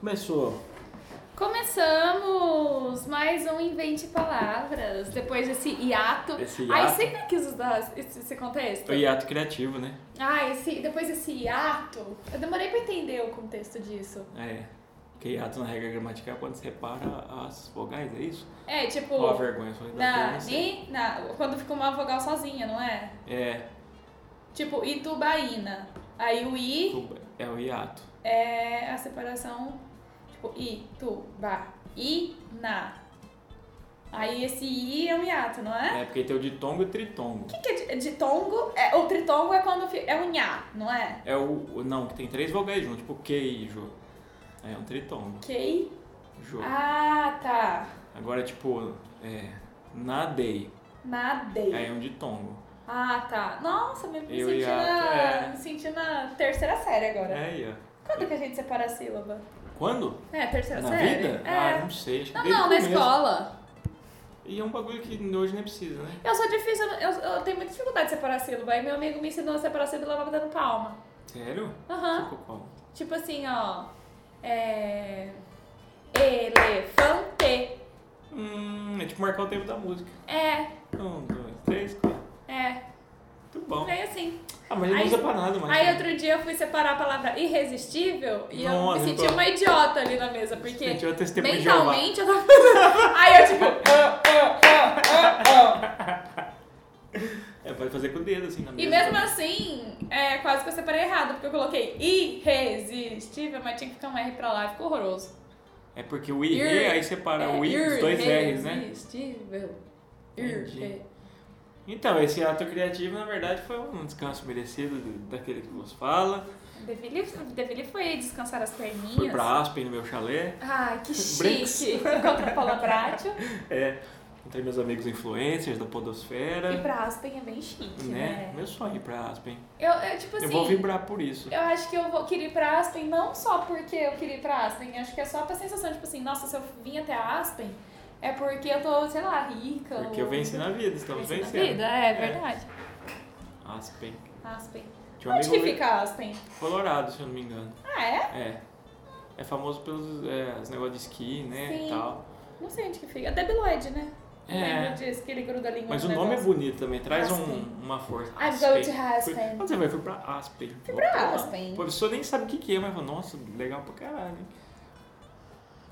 Começou. Começamos mais um Invente Palavras, depois desse hiato. Esse Ai, hiato. sempre quis usar esse, esse contexto. É O hiato criativo, né? Ai, esse, depois desse hiato, eu demorei pra entender o contexto disso. É. Porque hiato na regra gramatical é quando você separa as vogais, é isso? É, tipo, Ó, a né? vergonha, só na, dá ni, na, quando fica uma vogal sozinha, não é? É, Tipo, itubaína. Aí o i tuba- é o hiato. é a separação, tipo, ituba, ina. Aí esse i é um hiato, não é? É, porque tem o ditongo e o tritongo. O que que é ditongo? É, o tritongo é quando fi- é um nhá, não é? É o. o- Não, que tem três vogais juntos, tipo queijo. Aí é um tritongo. Ok. Jo. Ah, tá. Agora é tipo. É. Nadei. Aí Nadei. é um ditongo. Ah, tá. Nossa, me, me Eu senti e a- na, é. me senti na terceira série agora. É aí, ó. Quando que a gente separa a sílaba? Quando? É, terceira na série? vida? Ah, É. não sei. Acho que não, desde não, o na começo. escola. E é um bagulho que hoje nem precisa, né? Eu sou difícil, eu, eu tenho muita dificuldade de separar sílaba. Aí meu amigo me ensinou a separar sílaba e ela tava dando palma. Sério? Aham. Tipo qual? Tipo assim, ó. É. Elefante. Hum, é tipo marcar o tempo da música. É, Um, dois, três, quatro. é. Muito bom. Meio assim. Ah, mas ele não Aí- usa pra nada, mano. Aí outro dia eu fui separar a palavra irresistível e eu Nossa, me senti então- uma idiota ali na mesa, porque Gente, eu testei pra Jeová. mentalmente eu tava. Aí eu tipo. ah, ah, ah, ah, ah. É, vai fazer com o dedo, assim, na E mesa. mesmo assim, é, quase que eu separei errado, porque eu coloquei irresistível, mas tinha que ficar um R pra lá, ficou horroroso. É porque o IE, Ir- aí separa assim- É, o I dos dois R's, né? Irresistível. Entendi. Irre. Então, esse ato criativo, na verdade, foi um descanso merecido do- daquele que vos fala. Deville, Deville foi descansar as perninhas. Fui pra Aspen, no meu chalé. Ai, que Brinks. chique! Encontrou Paula Bratio. É, encontrei meus amigos influencers da E podosfera. pra Aspen é bem chique, Né? né? Meu sonho ir pra Aspen. Eu, eu, tipo assim, Eu vou vibrar por isso. eu acho que eu vou querer ir pra Aspen não só porque eu queria ir pra Aspen, acho que é só pra sensação, tipo assim, nossa, se eu vim até Aspen, é porque eu tô, sei lá, rica. Porque eu venci né? na vida, estamos venci na vencendo. vida, é, verdade. Aspen. Aspen. Tinha um Onde que amigo meu- fica Aspen? Colorado, se eu não me engano. Ah, é? É. É famoso pelos é, os negócios de esqui, né? Sim. E tal. Não sei onde que fica. Até Biloed, né? É. Lembra disso, que ele gruda a língua Mas o no nome é um negócio. bonito também, traz um- Aspen. uma força. I go to Fui- Aspen. Onde você vai? Fui pra Aspen. Fui pra Aspen. A pessoa nem sabe o que, que é, mas fala, nossa, legal pra caralho. hein?"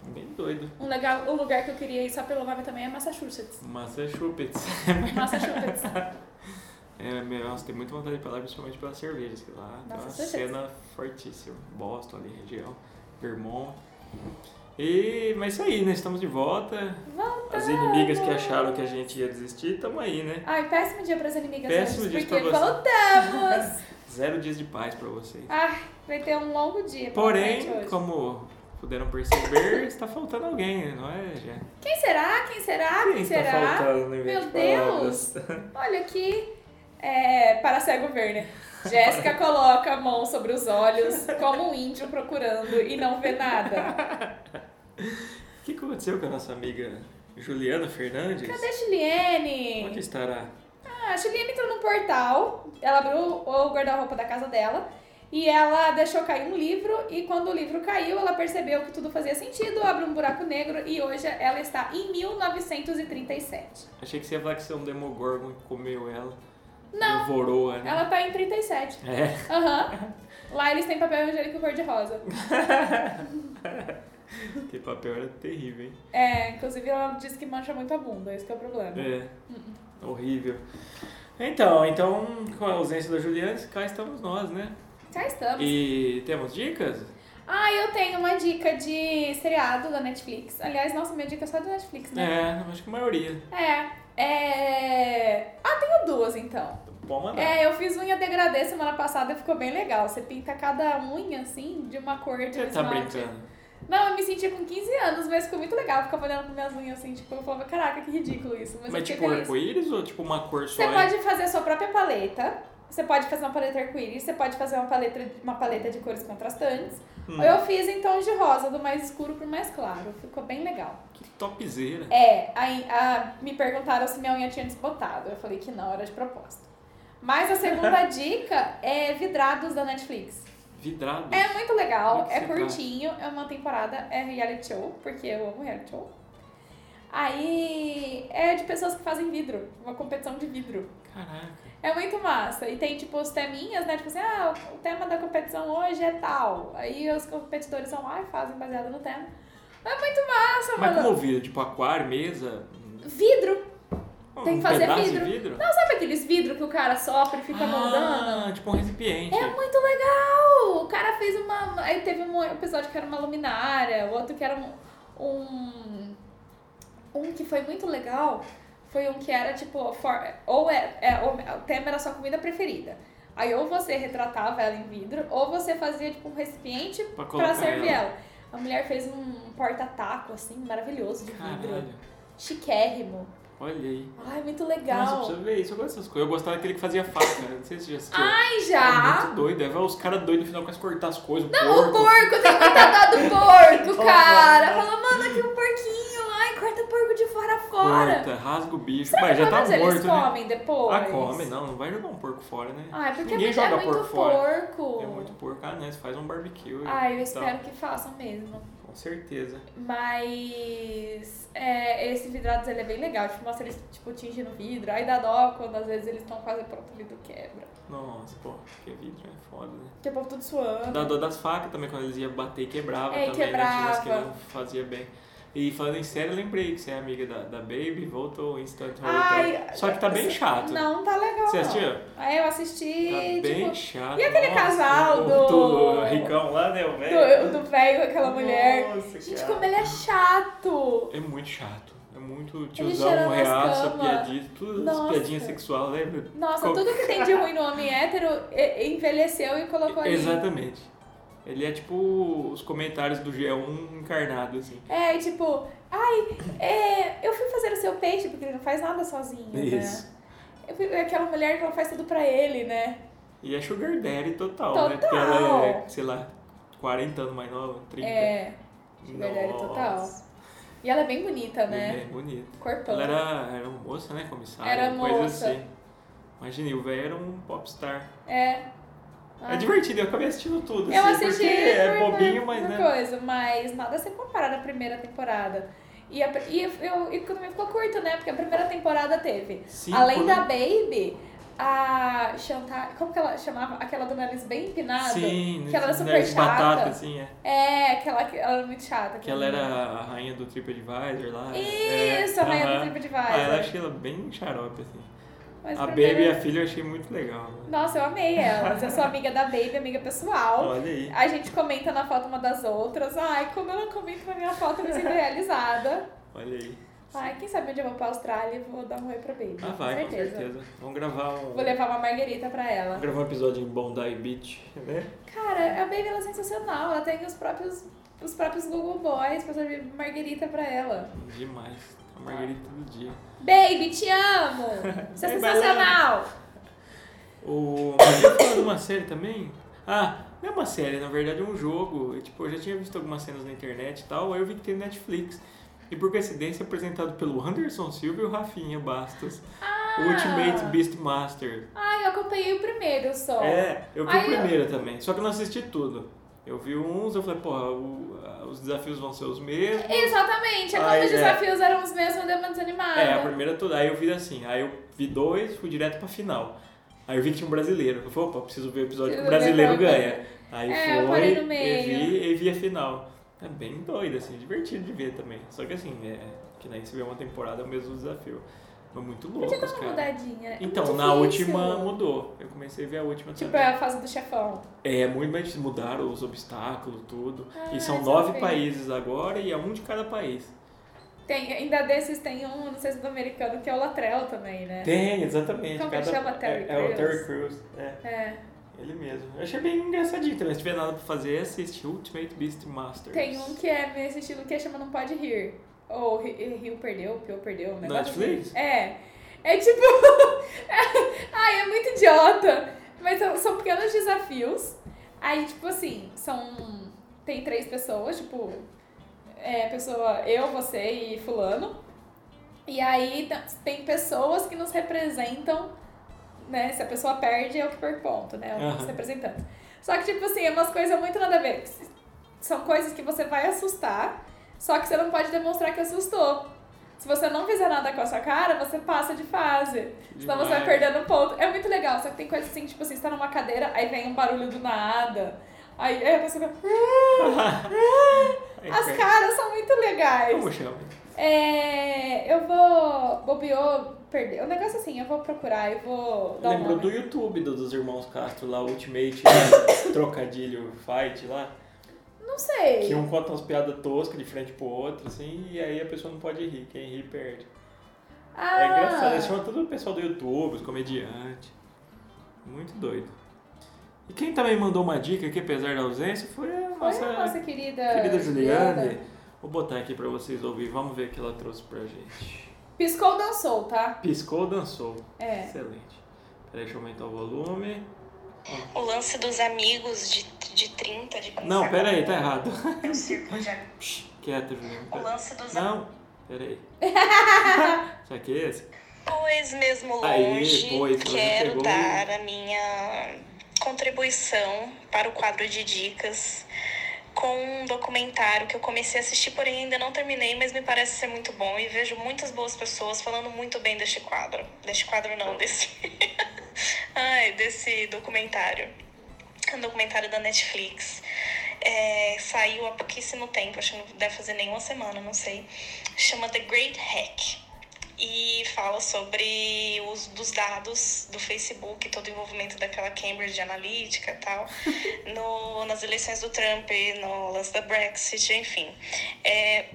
Bem doido. Um, legal, um lugar que eu queria ir só pelo nome também é Massachusetts. Massachusetts. Massachusetts. É, meu, nossa, tem muita vontade de ir pra lá, principalmente pela cerveja, sei lá. Tem uma Massachusetts. cena fortíssima. Boston ali, região. Vermont. E, mas é isso aí, né? Estamos de volta. Voltamos! As inimigas que acharam que a gente ia desistir, tamo aí, né? Ai, péssimo dia pras inimigas Péssimo hoje, dia porque pra você. voltamos! Zero dias de paz pra vocês. Ai, vai ter um longo dia pela frente Porém, hoje. como puderam perceber, está faltando alguém, não é, Jé? Quem será? Quem será? Quem, Quem está será? faltando no Meu invés de Deus! palavras? Olha aqui, é, para cego ver, né? Jéssica coloca a mão sobre os olhos, como um índio procurando e não vê nada. O que aconteceu com a nossa amiga Juliana Fernandes? Cadê a Onde Chiliene? estará? Ah, a Chiliene entrou num portal, ela abriu o guarda-roupa da casa dela e ela deixou cair um livro e quando o livro caiu, ela percebeu que tudo fazia sentido, abriu um buraco negro e hoje ela está em 1937. Achei que você ia falar que você é um demogorgon que comeu ela. Não, Devorou ela. ela tá em 37. É. Aham. Lá eles têm papel higiênico cor-de-rosa. Aquele papel era terrível, hein? É, inclusive ela diz que mancha muito a bunda, esse que é o problema. É. Uh-uh. Horrível. Então, então, com a ausência da Juliana, cá estamos nós, né? Cá estamos. E temos dicas? Ah, eu tenho uma dica de seriado da Netflix. Aliás, nossa, minha dica é só da Netflix, né? É, acho que a maioria. É. é... Ah, tenho duas então. Pode mandar. É, eu fiz unha degradê semana passada e ficou bem legal. Você pinta cada unha, assim, de uma cor de um Você tá esmalte. brincando. Não, eu me sentia com 15 anos, mas ficou muito legal ficar olhando com minhas unhas assim, tipo, eu falava, caraca, que ridículo isso. Mas, eu Mas fiquei tipo feliz. arco-íris ou tipo uma cor só? Você hein? pode fazer a sua própria paleta. Você pode fazer uma paleta arco-íris, você pode fazer uma paleta, uma paleta de cores contrastantes. Hum. Eu fiz em tons de rosa, do mais escuro pro mais claro. Ficou bem legal. Que topzera. É, aí a- me perguntaram se minha unha tinha desbotado. Eu falei que não, era de propósito. Mas a segunda dica é Vidrados da Netflix. Vidrado. É muito legal, Do que é se curtinho, é uma temporada, é reality show, porque eu amo reality show. Aí é de pessoas que fazem vidro, uma competição de vidro. Caraca. É muito massa. E tem, tipo, os teminhas, né? Tipo assim, ah, o tema da competição hoje é tal. Aí os competidores vão lá e fazem baseado no tema. É muito massa, Mas mano. como vidro? Tipo aquário, mesa? um- Vidro. Tem que um fazer pedaço vidro. de vidro? Não, Então, sabe aqueles vidros que o cara sopra e fica moldando? ah, tipo um recipiente. É muito legal! O cara fez uma. Aí teve um episódio que era uma luminária, o outro que era um. Um, um que foi muito legal foi um que era tipo. for- ou é, é- ou- o tema era a sua comida preferida. Aí ou você retratava ela em vidro, ou você fazia tipo um recipiente Pra pra colocar servir ela. ela. A mulher fez um porta-taco, assim, maravilhoso de vidro. Caralho. Chiquérrimo. Olha aí. Ai, muito Nossa, eu legal. preciso ver isso. Eu gosto dessas coisas. Eu gostava daquele que fazia faca. né? Não sei se você já assistiu. Ai, É já! muito doido. É vai os caras doidos no final começam a cortar as coisas. o Não, o porco. É um porco, tem muita dó do porco, Fala, cara. fala. Fala, mano, aqui um porquinho. Ai, corta o porco de fora a fora. Corta, rasga o bicho. Será Mas que já pelo tá menos eles morto, né? comem depois? Ah, come, não. Não vai jogar um porco fora, né? Ai, porque Ninguém é joga muito porco porco. fora. É muito porco. Ah, né? Você faz um barbecue. Ai, Ah, eu e espero tal. que façam mesmo. Com certeza. Mas é, esse vidrados ele é bem legal. Tipo, mostra eles tipo, tingindo vidro. Aí dá dó quando às vezes eles estão quase pronto, o vidro quebra. Nossa, pô. Que vidro é foda, né? Porque o povo tudo suando. Da dor das facas também, quando eles iam bater, quebrava É, também, né? Tinha umas que quebrava. não fazia bem. E falando em sério, eu lembrei que você é amiga da, da Baby, voltou o Instant Hotel. Ai, Só que tá bem chato. Não tá legal. Você não. assistiu? Aí eu assisti. Tá tipo, bem chato. e aquele casal do- Do ricão lá, né? O velho. do, do velho com aquela mulher. Nossa, Gente, cara. como ele é chato! É muito chato. É muito cheirando tiozão, as reaça, camas. piadinha, tudo as Nossa. piadinhas sexual, né? lembra? Nossa, Como- tudo que tem de ruim no homem hétero e- envelheceu e colocou ali. Exatamente. Ele é tipo os comentários do G1 encarnado, assim. É, e tipo, ai, é, eu fui fazer o seu peixe, porque ele não faz nada sozinho, Isso. né? Eu fui- Aquela mulher que ela faz tudo pra ele, né? E é Sugar Daddy total, né? Total. Porque ela é, sei lá, 40 anos mais nova, 30. É, de verdade total. E ela é bem bonita, né? É bonito. Corpão. Ela era, era moça, né? Comissária, Era coisa moça. assim. Imagina, e o velho era um popstar. É. É Ai. divertido, eu acabei assistindo tudo. Eu assim, Porque assisti é por- bobinho, por mas né? coisa, mas nada a ser comparado à primeira temporada. E, a, e, eu, e também ficou curto, né? Porque a primeira temporada teve. Cinco, Além né? da Baby, a Chantal. Como que ela chamava? Aquela do nariz bem empinado? Sim, que ela era né, super de chata. batata, assim, é. É, aquela que ela era muito chata. Que ela era a rainha do TripAdvisor lá. é, Isso, a rainha aham. do TripAdvisor. Ah, ela achei ela bem xarope, assim. Mas a primeiro- Baby e a filha eu achei muito legal. né? Nossa, eu amei elas. Eu sou amiga da Baby, amiga pessoal. Olha aí. A gente comenta na foto uma das outras. Ai, como eu não comento na minha foto, eu me sinto realizada. Olha aí. Ai, quem sabe onde eu vou pra Austrália e vou dar um oi pra Baby. Ah, vai, com certeza. Vamos gravar um. Vou levar uma marguerita pra ela. Vamos gravar um episódio em Bondi Beach, né? Cara, a Baby ela é sensacional. Ela tem os próprios, os próprios Google Boys pra servir marguerita pra ela. Demais. A Margarita todo dia. Baby, te amo! Você é Baby, sensacional! O. Mas eu falar de uma série também? Ah, não é uma série, na verdade é um jogo. E, tipo, eu já tinha visto algumas cenas na internet e tal, aí eu vi que tem Netflix. E por coincidência é apresentado pelo Anderson Silva e o Rafinha Bastos. Ah! Ultimate Beastmaster. Ai, eu acompanhei o primeiro só. É, eu vi Aí o eu- primeiro também, só que eu não assisti tudo. Eu vi uns, eu falei, porra, o- ah, os desafios vão ser os mesmos. Exatamente, é quando Ai, os é. desafios eram os mesmos da Mãe Desanimada. É, a primeira toda. Aí eu vi assim, aí eu vi dois, fui direto pra final. Aí eu vi que tinha um brasileiro. Eu falei, opa, preciso ver o episódio que o Preciso ver brasileiro qual é. ganha. Aí É, eu foi, parei no meio. e vi, e vi a final. É bem doido, assim, divertido de ver também. Só que assim, é, que daí você vê uma temporada, é o mesmo desafio. Mas muito louco, Podia dar uma cara. mudadinha. É Então, muito na difícil. última mudou. Eu comecei a ver a última Tipo, também. é a fase do chefão. É, muito mais difícil, mudaram os obstáculos, tudo. Ah, e são isso eu nove vi. países agora e é um de cada país. Tem, ainda desses tem um, não sei se do americano, que é o Latrell também, né? Tem, exatamente. Como que chama? Terry é, é o Crews? Terry Crews. É, É. ele mesmo. Eu achei bem engraçadinho também. Se tiver nada pra fazer, assiste Ultimate Beastmasters. Tem um que é nesse estilo que chama Não Pode Rir. Ou Ri- Rio Perdeu, Pio Perdeu, um negócio assim. Netflix? É. É tipo... Ai, é muito idiota. Mas são- são pequenos desafios. Aí, tipo assim, são... Tem três pessoas, tipo... É, pessoa... Eu, você e fulano. E aí t- tem pessoas que nos representam, né? Se a pessoa perde, é o que per ponto, né? Os Aham. representantes. Só que, tipo assim, é umas coisas muito nada a ver. São coisas que você vai assustar, só que você não pode demonstrar que assustou. Se você não fizer nada com a sua cara, você passa de fase. Senão você vai Demais. perdendo ponto. É muito legal, só que tem coisas assim, tipo assim, você tá numa cadeira, aí vem um barulho do nada. Aí, aí a pessoa fica. "Ah, Ai, ah". As cara. caras são muito legais. É, Como chama? É, eu vou. Bobeou, perdeu. Um negócio assim, eu vou procurar, eu vou dar um Lembrou nome. do YouTube do- dos irmãos Castro lá, Ultimate Trocadilho Fight lá. Não sei. Que um conta umas piadas toscas de frente pro outro, assim, e aí a pessoa não pode rir. Quem ri perde. Ah, É engraçado, eles chamam todo o pessoal do YouTube, os comediantes. Muito doido. E quem também mandou uma dica aqui, apesar da ausência, foi a foi nossa, a nossa querida. é querida Juliane. Vou botar aqui pra vocês ouvir, vamos ver o que ela trouxe pra gente. Piscou, dançou, tá? Piscou, dançou. É. Excelente. Peraí, deixa eu aumentar o volume. O lance dos amigos de, de 30, de Não, peraí, tá errado. É o círculo de amigos. Quieto, Juliane. O pera- lance dos amigos. Não, peraí. Será que é esse? Pois mesmo Aí, longe, pois, você quero pegou. um dar a minha contribuição para o quadro de dicas com um documentário que eu comecei a assistir, porém ainda não terminei, mas me parece ser muito bom e vejo muitas boas pessoas falando muito bem deste quadro. Deste quadro não, desse. Ai, desse documentário. É um documentário da Netflix. É, saiu há pouquíssimo tempo, acho que não deve fazer nem uma semana, não sei. Chama The Great Hack. E fala sobre o uso dos dados do Facebook, todo o envolvimento daquela Cambridge Analytica e tal, no, nas eleições do Trump, no lance da Brexit, enfim. É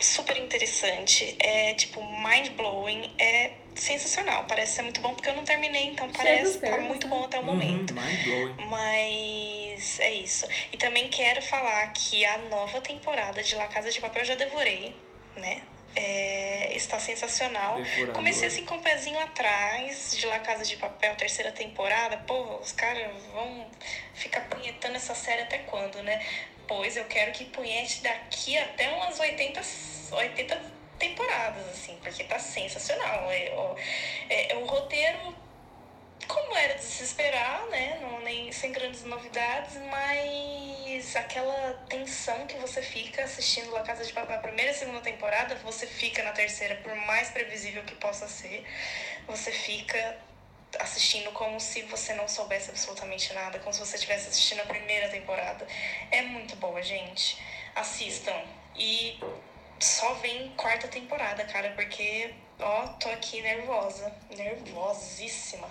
super interessante, é tipo mind-blowing, é sensacional. Parece ser muito bom, porque eu não terminei, então Cheio dos parece que tá termos, muito né? bom até o momento. Uhum, mind blowing. Mas é isso. E também quero falar que a nova temporada de La Casa de Papel eu já devorei, né? É, está sensacional. Devorador. Comecei assim com o pezinho atrás de La Casa de Papel, terceira temporada. Porra, os caras vão ficar punhetando essa série até quando, né? Pois eu quero que punhete daqui até umas 80, 80 temporadas, assim, porque tá sensacional. É, ó, é, é o roteiro, como era de se esperar, né? Não, nem, sem grandes novidades, mas aquela tensão que você fica assistindo La Casa de Papel, a primeira e segunda temporada, você fica na terceira, por mais previsível que possa ser, você fica assistindo como se você não soubesse absolutamente nada, como se você estivesse assistindo a primeira temporada. É muito boa, gente. Assistam. E só vem quarta temporada, cara, porque, ó, tô aqui nervosa. Nervosíssima.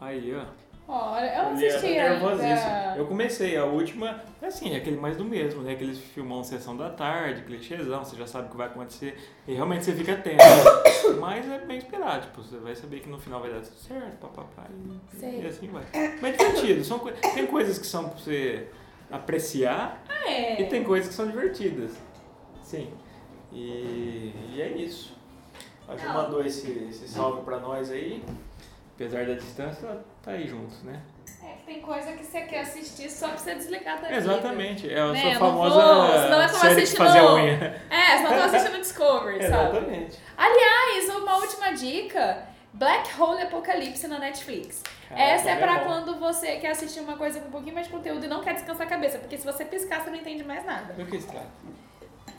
Aí, ó. Olha, eu não Ele era assisti nervosíssimo. é ainda. Eu comecei a última, assim, é aquele mais do mesmo, né? Aqueles filmão sessão da tarde, clichêzão, você já sabe o que vai acontecer. E realmente você fica atento. Mas é bem esperado, tipo, você vai saber que no final vai dar tudo certo, papapá. e- Sei. E assim vai. Mas é divertido. São, coi- tem coisas que são pra você apreciar Ah, é. e tem coisas que são divertidas. Sim. E, e é isso. A Ju Não. mandou esse, esse salve pra nós aí. Apesar da distância, ela tá aí junto, né? É, tem coisa que você quer assistir só pra você desligar da vida. Exatamente, é a Né, sua eu não famosa vou, senão eu tô série de assistindo- fazer a unha. É, senão eu tava assistindo Discovery, sabe? Exatamente. Aliás, uma última dica: Black Hole Apocalipse na Netflix. Essa é Caraca, pra bom. quando você quer assistir uma coisa com um pouquinho mais de conteúdo e não quer descansar a cabeça, porque se você piscar, você não entende mais nada. Do que se trata?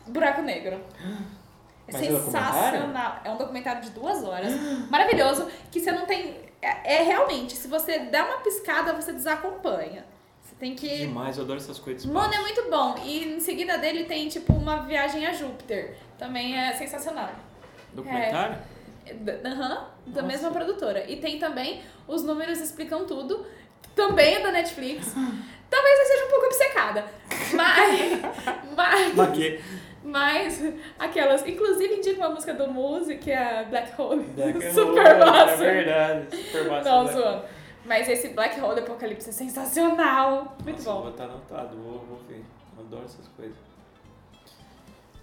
Buraco Negro. É Mas é documentário? sensacional. É um documentário de duas horas, maravilhoso, que você não tem. É, é realmente, se você dá uma piscada, você desacompanha. Você tem que Demais, eu adoro essas coisas. Mano, é muito bom. E em seguida dele tem, tipo, uma viagem a Júpiter. Também é sensacional. Documentário? É da- Aham, Nossa. da Ah. mesma produtora. E tem também Os Números Explicam Tudo, que também é da Netflix. Talvez eu seja um pouco obcecada. Mas. mas Mas que- mas aquelas, inclusive indica uma música do Muse, que é Black Hole. Black Super Hole, massa. É verdade, super massa. Não, Black Hole. zoando. Mas esse Black Hole Apocalipse é sensacional. Muito Nossa, Vou bom. estar anotado, vou, vou ver. Eu adoro essas coisas.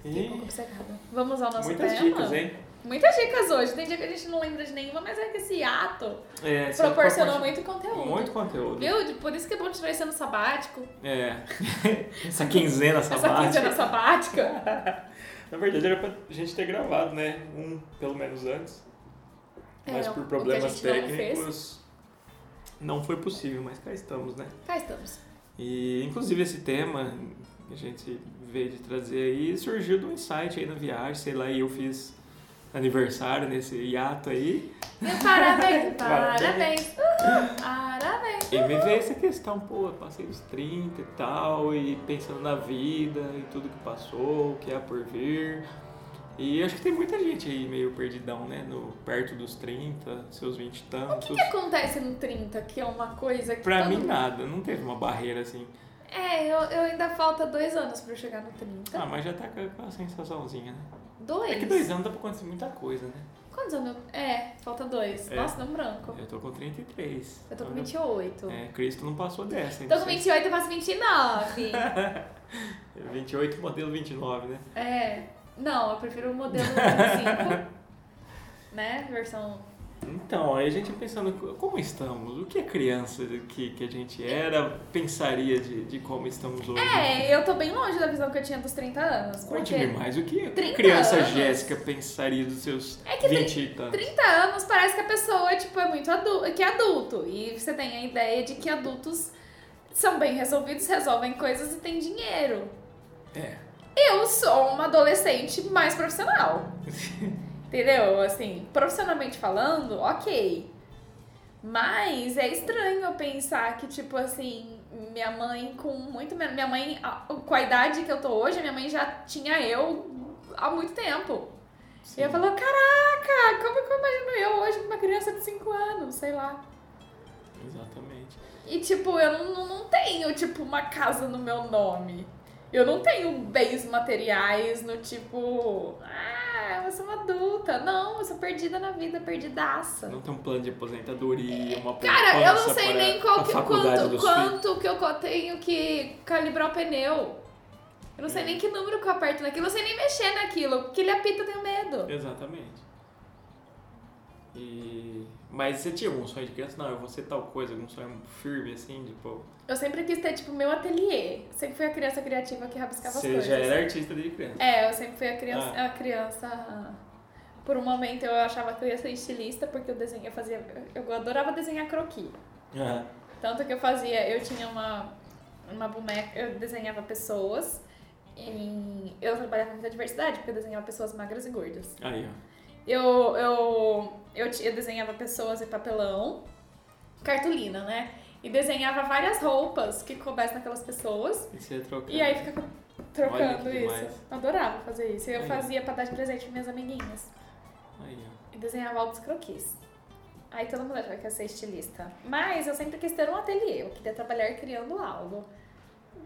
Fiquei um pouco E obcecada. Vamos ao nosso muitas tema. dicas, hein? Muitas dicas hoje. Tem dia que a gente não lembra de nenhuma, mas é que esse ato É, você proporcionou proporciona- muito conteúdo. Muito conteúdo. Viu? Por isso que é bom tiver esse ano sabático. É. Essa quinzena Essa sabática. quinzena sabática. Na verdade era pra gente ter gravado, né? Um, pelo menos antes. É, Mas o que a por problemas gente não fez. técnicos não foi possível, mas cá estamos, né? Cá estamos. E inclusive esse tema que a gente veio de trazer aí surgiu de um insight aí na viagem, sei lá, e eu fiz aniversário nesse hiato aí. Meu parabéns, Parabéns. parabéns. Uhul, parabéns. E me veio essa questão, pô, eu passei os 30 e tal, e pensando na vida e tudo que passou, o que há por vir. E acho que tem muita gente aí meio perdidão, né? No, perto dos 30, seus 20 e tantos. O que acontece no 30, que é uma coisa que. Pra todo mim mundo- nada, não teve uma barreira assim. É, eu, eu ainda falta dois anos pra eu chegar no 30. Ah, mas já tá com com a sensaçãozinha, né? Dois? É que dois anos dá pra acontecer muita coisa, né? Quantos anos? eu- É, falta dois. É. Nossa, deu um branco. Eu tô com 33. Eu tô com Olha, 28. É, Cristo não passou dessa. hein? Tô com 28, eu faço 29. 28, modelo 29, né? é. Não, eu prefiro o modelo 25. né? Versão. Então, aí a gente pensando, co- como estamos? O que a criança que, que a gente era pensaria de, de como estamos hoje? É, eu tô bem longe da visão que eu tinha dos 30 anos. Porque Conte-me mais, o que a 30 criança anos. Jéssica pensaria dos seus É que 20 e tantos? 30 anos parece que a pessoa tipo, é muito adulto, que é adulto. E você tem a ideia de que adultos são bem resolvidos, resolvem coisas e têm dinheiro. É. Eu sou uma adolescente mais profissional. Entendeu? Assim, profissionalmente falando, ok. Mas é estranho eu pensar que, tipo assim, minha mãe com muito menos. Minha mãe, a- com a idade que eu tô hoje, minha mãe já tinha eu há muito tempo. E eu falo, caraca, como que eu imagino eu hoje com uma criança de 5 anos, sei lá. Exatamente. E tipo, eu não, não- não tenho, tipo, uma casa no meu nome. Eu não tenho bens materiais no tipo, ah, eu sou uma adulta. Não, eu sou perdida na vida, perdidaça. Não tem um plano de aposentadoria, uma Cara, eu não poupança sei para nem qual a que, faculdade quanto, dos quanto que eu co- tenho que calibrar o pneu. Eu não Hum. sei nem que número que eu aperto naquilo, eu não sei nem mexer naquilo, porque ele apita, eu tenho medo. Exatamente. E... Mas você tinha algum sonho de criança? Não, eu vou ser tal coisa, algum sonho firme assim, tipo. Eu sempre quis ter, tipo, meu ateliê. Sempre fui a criança criativa que rabiscava as Você coisas. assim. já era Ah. artista desde criança. É, eu sempre fui a criança, a criança. Por um momento eu achava que eu ia ser estilista, porque eu desenhava, eu fazia. Eu adorava desenhar croquis. Ah, Tanto que eu fazia, eu tinha uma, uma boneca, eu desenhava pessoas. E eu trabalhava com muita diversidade, porque eu desenhava pessoas magras e gordas. Aí, ó. Eu, eu, eu, ti- eu desenhava pessoas em papelão, cartolina, né? E desenhava várias roupas que coubessem naquelas pessoas. E você trocou. E aí ficava trocando Olha que isso. demais. Eu adorava fazer isso. Eu Aí. fazia pra dar de presente pra minhas amiguinhas. Aí, ó. E desenhava altos croquis. Aí todo mundo achava que ia ser estilista. Mas eu sempre quis ter um ateliê. Eu queria trabalhar criando algo.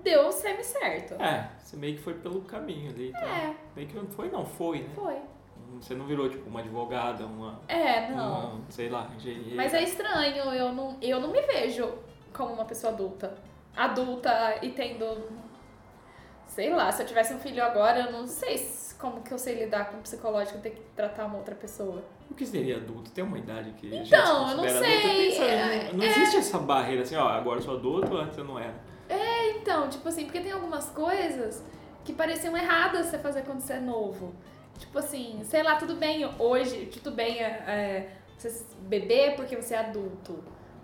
Deu semi-certo. É, você meio que foi pelo caminho ali. Então. É, Meio que não foi, não, foi, né? foi. Você não virou, tipo, uma advogada, uma. É, não. uma, sei lá, engenheira. Mas é estranho. Eu não, eu não me vejo como uma pessoa adulta. Adulta e tendo... Sei lá, se eu tivesse um filho agora, eu não sei se- como que eu sei lidar com o psicológico e ter que tratar uma outra pessoa. O que seria adulto? Tem uma idade que. a gente Então, eu não considera sei, adulto, pensa, é, não não existe essa barreira assim, ó, agora eu sou adulto, antes eu não era. Então, tipo assim, porque tem algumas coisas que pareciam erradas você fazer quando você é novo. Tipo assim, sei lá, tudo bem hoje, tudo bem é, é, você beber porque você é adulto.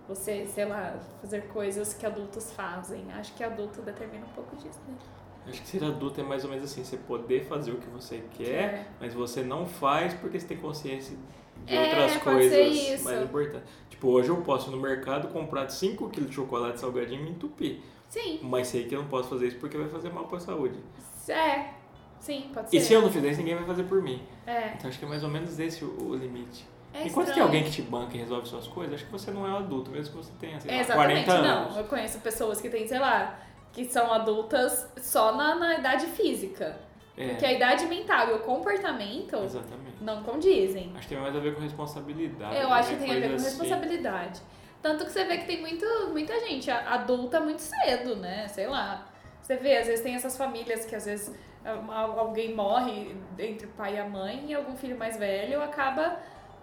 Você, sei lá, fazer coisas que adultos fazem. Acho que adulto determina um pouco disso, né? Acho que ser adulto é mais ou menos assim, você poder fazer o que é? você quer, mas você não faz porque você tem consciência de É, outras pode coisas ser isso. mais importantes. Tipo, hoje eu posso ir no mercado comprar 5 kg de chocolate salgadinho e me entupir. Sim, Mas sei que eu não posso fazer isso porque vai fazer mal pra saúde. é. Sim, pode ser. E se eu não fizer isso, ninguém vai fazer por mim. É. Então acho que é mais ou menos esse o, o limite. É Enquanto tem estranho. alguém que te banca e resolve suas coisas, acho que você não é um adulto, mesmo que você tenha, sei É, lá, exatamente, 40 anos. não. Eu conheço pessoas que têm, sei lá, que são adultas só na, na idade física. É, Que a idade mental e o comportamento exatamente. não condizem. Acho que tem mais a ver com responsabilidade. Eu né? acho que tem a ver com Coisa assim. responsabilidade. Tanto que você vê que tem muito, muita gente a- adulta muito cedo, né? Sei lá. Você vê, às vezes tem essas famílias que às vezes al- alguém morre entre o pai e a mãe e algum filho mais velho acaba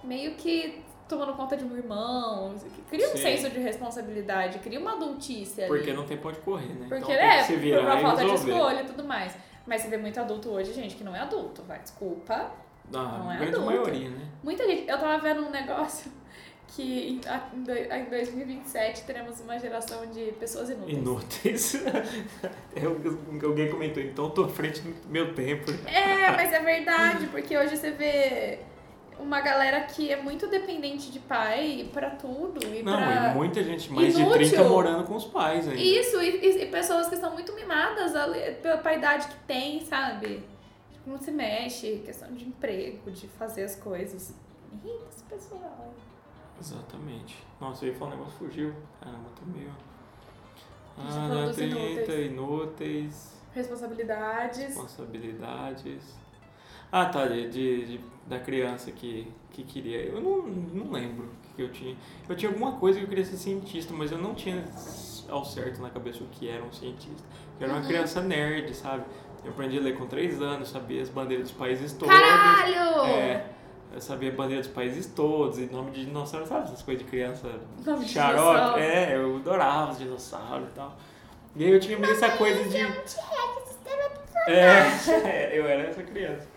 meio que tomando conta de um irmão. Cria um Sim. senso de responsabilidade, cria uma adultice ali. Porque não tem pode correr, né? Porque então, tem é, que se por uma virar e falta de resolver. escolha e tudo mais. Mas você vê muito adulto hoje, gente, que não é adulto, vai, desculpa. Ah, Não é a grande adulto. maioria, né? Muita gente. Eu tava vendo um negócio que em, a- em doi- em 2027 teremos uma geração de pessoas inúteis. Inúteis. É o que Alguém comentou, então tô à frente do meu tempo. É, mas é verdade, porque hoje você vê uma galera que é muito dependente de pai pra tudo. E Não, É pra... e muita gente mais Inútil. de 30 morando com os pais ainda. Isso, e, e- e pessoas que são muito mimadas ali, pela pela idade que tem, sabe? Tipo, Não se mexe, questão de emprego, de fazer as coisas. Me Irrita esse pessoal. Exatamente. Nossa, eu ia falar um negócio, fugiu. Caramba, tô meio... gente tá falando Ah, dos 30 inúteis. inúteis. Responsabilidades. Responsabilidades. Ah, tá, de, de- de- da criança que, que queria. Eu não, não lembro o que que eu tinha. Eu tinha alguma coisa que eu queria ser cientista, mas eu não tinha ao certo na cabeça o que era um cientista. Eu era uma criança nerd, sabe? Eu aprendi a ler com 3 anos, sabia as bandeiras dos países todos. Caralho! É, eu sabia a bandeira dos países todos e nome de dinossauro, sabe? Essas coisas de criança Nome de dinossauro. xarope. É, eu adorava os dinossauros e tal. E aí eu tinha meio essa coisa de. É, eu era essa criança.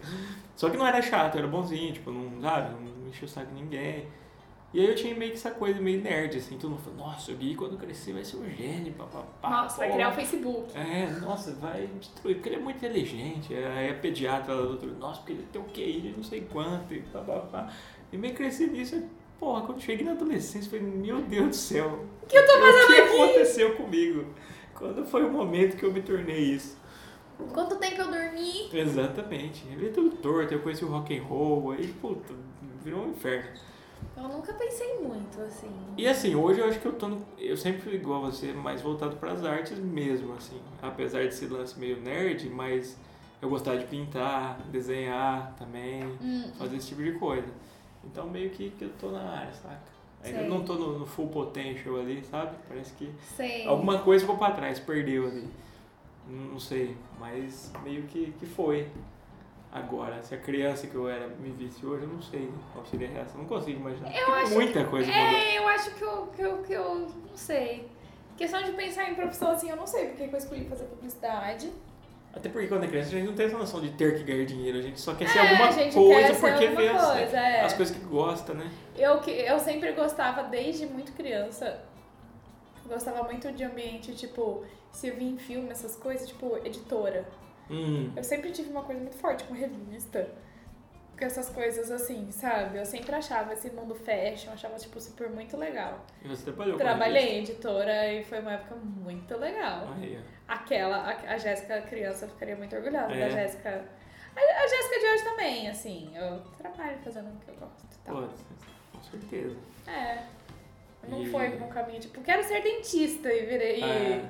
Só que não era chato, eu era bonzinho, tipo, não, sabe, não enchia o saco de ninguém. E aí eu tinha meio que essa coisa meio nerd, assim, todo mundo falou, nossa, o Gui quando crescer vai ser um gênio, papapá. Nossa, vai pô." criar o Facebook. É, nossa, vai destruir, porque ele é muito inteligente. Aí a pediatra lá do outro, nossa, porque ele tem o QI de não sei quanto e papapá. E meio cresci nisso, e, porra, quando cheguei na adolescência, eu falei, meu Deus do céu. O que eu tô fazendo aqui? O que aconteceu comigo? Quando foi o momento que eu me tornei isso? Quanto tempo eu dormi? Exatamente. Ele é tudo torto, eu conheci o rock and roll, aí, puta, virou um inferno. Eu nunca pensei muito, assim. E assim, hoje eu acho que eu tô no- eu sempre fui igual a você, mais voltado pras artes mesmo, assim. Apesar desse lance meio nerd, mas eu gostava de pintar, desenhar também, Hum, fazer esse tipo de coisa. Então meio que, que eu tô na área, saca? Ainda Sei. não tô no, no full potential ali, sabe? Parece que sei. alguma coisa ficou pra trás, perdeu ali. Não não sei, mas meio que, que foi. Agora, se a criança que eu era me visse hoje, eu não sei qual seria a reação. Não consigo imaginar. Eu Tem acho muita coisa mudou. É, eu acho que eu, que eu, que eu não sei. Questão de pensar em profissão, assim, eu não sei porque que eu escolhi fazer publicidade. Até porque quando é criança a gente não tem essa noção de ter que ganhar dinheiro, a gente só quer ser É, alguma a gente coisa quer ser porque alguma vê as, coisa, é. as coisas que gosta, né? Eu, que- eu sempre gostava, desde muito criança, gostava muito de ambiente, tipo, se eu vi em filme, essas coisas, tipo, editora. Hum, Eu sempre tive uma coisa muito forte com revista. Com essas coisas assim, sabe? Eu sempre achava esse mundo fashion, achava, tipo, super muito legal. e você trabalhou com Trabalhei em editora e foi uma época muito legal. revista. Aí, ó. Aquela, a, a Jéssica criança ficaria muito orgulhosa É. da Jéssica. A, a Jéssica de hoje também, assim, eu trabalho fazendo o que eu gosto e tal. Pô, com certeza. É. Não E- foi por um caminho, tipo, quero ser dentista e virei É.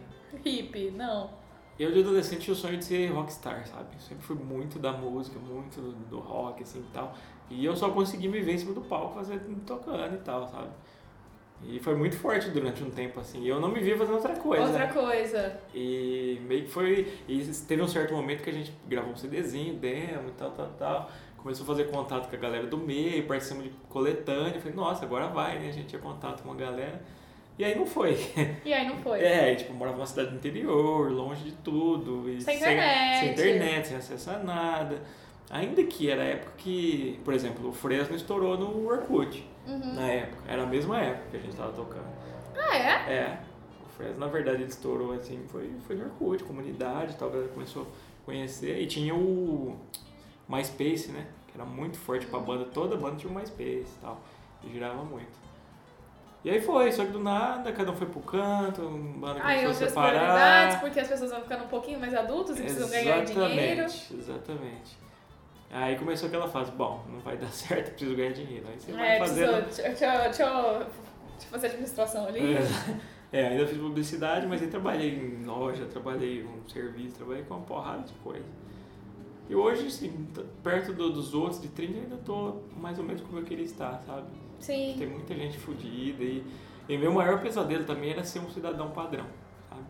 hippie, não. Eu de adolescente tinha o sonho de ser rockstar, sabe? Eu sempre fui muito da música, muito do, do rock, assim e tal. E eu só consegui me ver em cima do palco fazendo, tocando e tal, sabe? E foi muito forte durante um tempo, assim. E eu não me via fazendo outra coisa. Outra coisa. E meio que foi. E teve um certo momento que a gente gravou um CDzinho, demo e tal, tal, tal. Começou a fazer contato com a galera do meio, participamos de coletânea. Eu Falei, nossa, agora vai, né? A gente tinha contato com a galera. E aí não foi. E aí não foi. É, e, tipo, morava numa cidade do interior, longe de tudo. E Sem internet. Sem, internet, sem acesso a nada. Ainda que era a época que, por exemplo, o Fresno estourou no Orkut. Uhum. Na época. Era a mesma época que a gente tava tocando. Ah, é? É. O Fresno, na verdade, ele estourou assim, foi, foi no Orkut, comunidade, e tal, a galera começou a conhecer. E tinha o MySpace, né? Que era muito forte pra banda, toda banda tinha o MySpace e tal. E girava muito. E aí foi, só que do nada, cada um foi pro canto, a banda Aí começou a outras separar. prioridades, porque as pessoas vão ficando um pouquinho mais adultas e precisam ganhar dinheiro. Exatamente, exatamente. Aí começou aquela fase, bom, não vai dar certo, preciso ganhar dinheiro. Aí você vai É, fazendo. preciso- deixa, deixa, deixa eu deixa eu fazer administração ali. É, é, ainda fiz publicidade, mas aí trabalhei em loja, trabalhei em um serviço, trabalhei com uma porrada de coisa. E hoje, assim, t- perto do- dos outros de 30, eu ainda tô mais ou menos como eu queria estar, sabe? Tem Sim. muita gente fodida e, e meu maior pesadelo também era ser um cidadão padrão, sabe?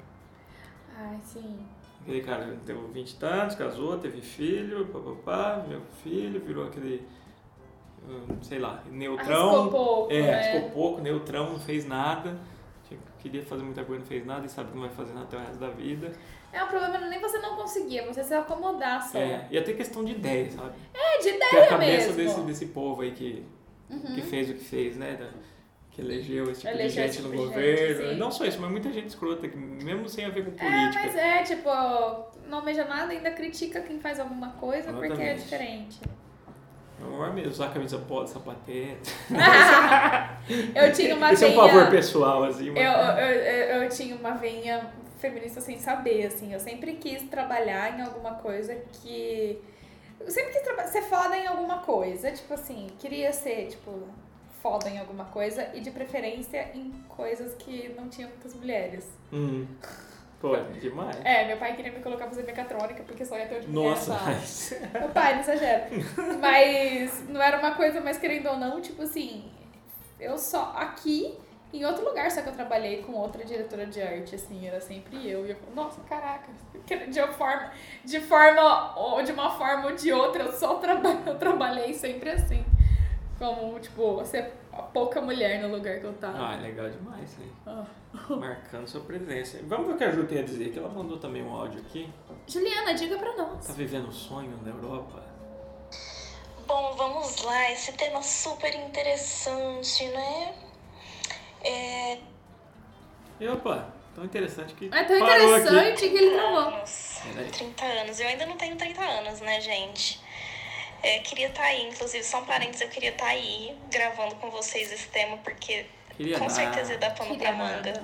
Ai, sim. Aquele cara teve 20 anos, casou, teve filho, papapá, meu filho, virou aquele, hum, sei lá, neutrão. Arriscou pouco, é, né? arriscou pouco, neutrão, não fez nada. Tinha- Queria fazer muita coisa, não fez nada e sabe que não vai fazer nada até o resto da vida. É, o problema não é nem você não conseguir, é você se acomodar só. É, e até questão de ideia, sabe? É, de Que é a ideia cabeça mesmo. Uhum. desse, desse povo aí que, que fez o que fez, né? Da- que elegeu esse tipo Elegeu de esse gente no tipo de gente, governo. sim. não só isso, mas muita gente escrota, que mesmo sem a ver com política. É, mas é, tipo, não almeja nada, ainda critica quem faz alguma coisa porque é Exatamente. diferente. Meu maior medo, É um usar camisa polo, sapateta. eu tinha uma Esse é um veia. favor pessoal, assim, eu, mas... eu, eu, eu tinha uma veia feminista sem saber, assim. Eu sempre quis trabalhar em alguma coisa que. Eu sempre quis traba- ser foda em alguma coisa. Tipo assim, queria ser, tipo, foda em alguma coisa e de preferência em coisas que não tinha muitas mulheres. Hum. Pô, é demais. É, meu pai queria me colocar pra fazer mecatrônica porque só ia ter de mulher Nossa, na sala. mas... Meu pai, não exagero. Mas não era uma coisa, mas querendo ou não, tipo assim, eu só aqui, em outro lugar, só que eu trabalhei com outra diretora de arte, assim, era sempre eu. E eu falava, nossa, caraca, de uma forma, de forma, ou de uma forma ou de outra, eu só traba eu trabalhei sempre assim. Como, tipo, ser pouca mulher no lugar que eu tava. Ah, é legal demais, né? Ah. Marcando sua presença. Vamos ver o que a Ju tem a dizer, que ela mandou também um áudio aqui. Juliana, diga pra nós. Tá vivendo um sonho na Europa? Bom, vamos lá, esse tema é super interessante, né? É, E opa, tão interessante que É tão parou aqui. interessante que ele travou. anos. Peraí. 30 anos. Eu ainda não tenho 30 anos, né, gente? É, queria estar aí, inclusive, só um parênteses, eu queria estar aí gravando com vocês esse tema, porque Queria com nada. certeza dá pano pra Queria manga. nada.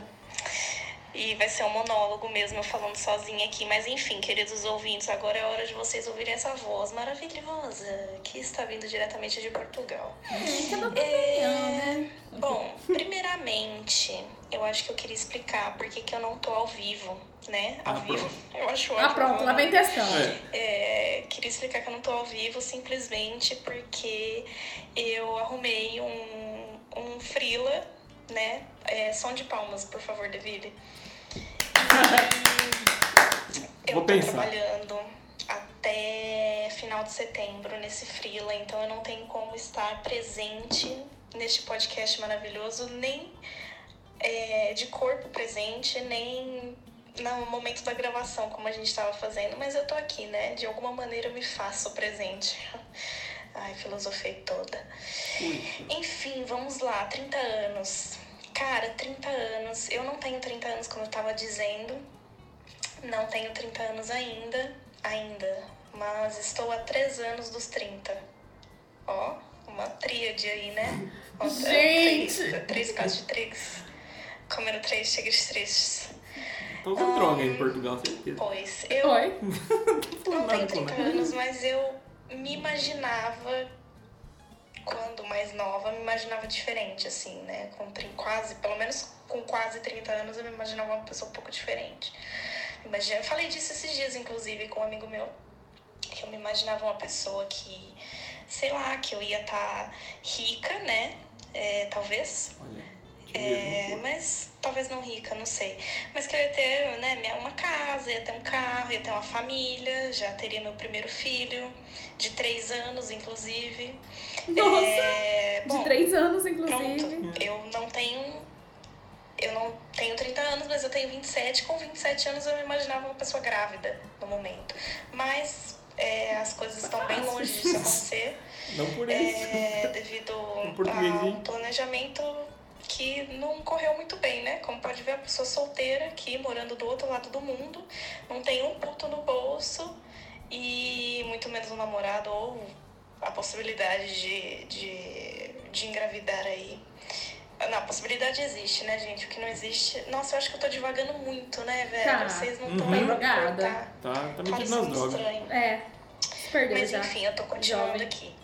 E vai ser um monólogo mesmo, eu falando sozinha aqui. Mas enfim, queridos ouvintes, agora é hora de vocês ouvirem essa voz maravilhosa que está vindo diretamente de Portugal. Gente, eu não É, opinião, né? Bom, primeiramente, eu acho que eu queria explicar por que, que eu não tô ao vivo, né? Ao Ah, vivo, eu acho Ah, ótimo. pronto, lá vem testão. É, É, queria explicar que eu não tô ao vivo simplesmente porque eu arrumei um, um frila, né? É, som de palmas, por favor, Deville. Eu Vou tô pensar. trabalhando até final de setembro nesse frila, então eu não tenho como estar presente neste podcast maravilhoso, nem é, de corpo presente, nem no momento da gravação, como a gente estava fazendo, mas eu tô aqui, né? De alguma maneira eu me faço presente. Ai, filosofei toda. Enfim, vamos lá, 30 anos. Cara, 30 anos. Eu não tenho 30 anos, como eu tava dizendo. Não tenho 30 anos ainda, ainda. Mas estou há 3 anos dos 30. Ó, uma tríade aí, né? Ó, é, três- Gente! Três casos de três. Comeram três tigres tristes. Tô usando droga aí em Portugal, certeza. Tá né? Pois, É. eu Oi. não nada com tenho nada. 30 anos, mas eu me imaginava, quando mais nova, me imaginava diferente, assim, né? Com trin- quase, pelo menos com quase 30 anos, eu me imaginava uma pessoa um pouco diferente. Imagina, eu falei disso esses dias, inclusive, com um amigo meu, que eu me imaginava uma pessoa que, sei lá, que eu ia estar rica, né? É, talvez, Olha, que é, mesmo, mas talvez não rica, não sei. Mas que eu ia ter né, minha- uma casa, ia ter um carro, ia ter uma família, já teria meu primeiro filho, de três anos, inclusive. Nossa! É, De bom, três anos, pronto. inclusive. Eu não tenho. Eu não tenho 30 anos, mas eu tenho 27. Com 27 anos eu me imaginava uma pessoa grávida no momento. Mas é, as coisas estão bem longe disso acontecer pô. Não por isso. é, devido Um portuguesinho. a um planejamento que não correu muito bem, né? Como pode ver, a pessoa solteira aqui, morando do outro lado do mundo, não tem um puto no bolso e muito menos um namorado ou a possibilidade de, de, de engravidar aí. Não, a possibilidade existe, né, gente? O que não existe. Nossa, eu acho que eu tô divagando muito, né, velho? Tá. Vocês não Uhum. estão Tá aí pra drogada. cortar. Tá, tá Fala mentindo isso nas me drogas. estranho. É. Perdeu Mas já. enfim, eu tô continuando Jovem. aqui.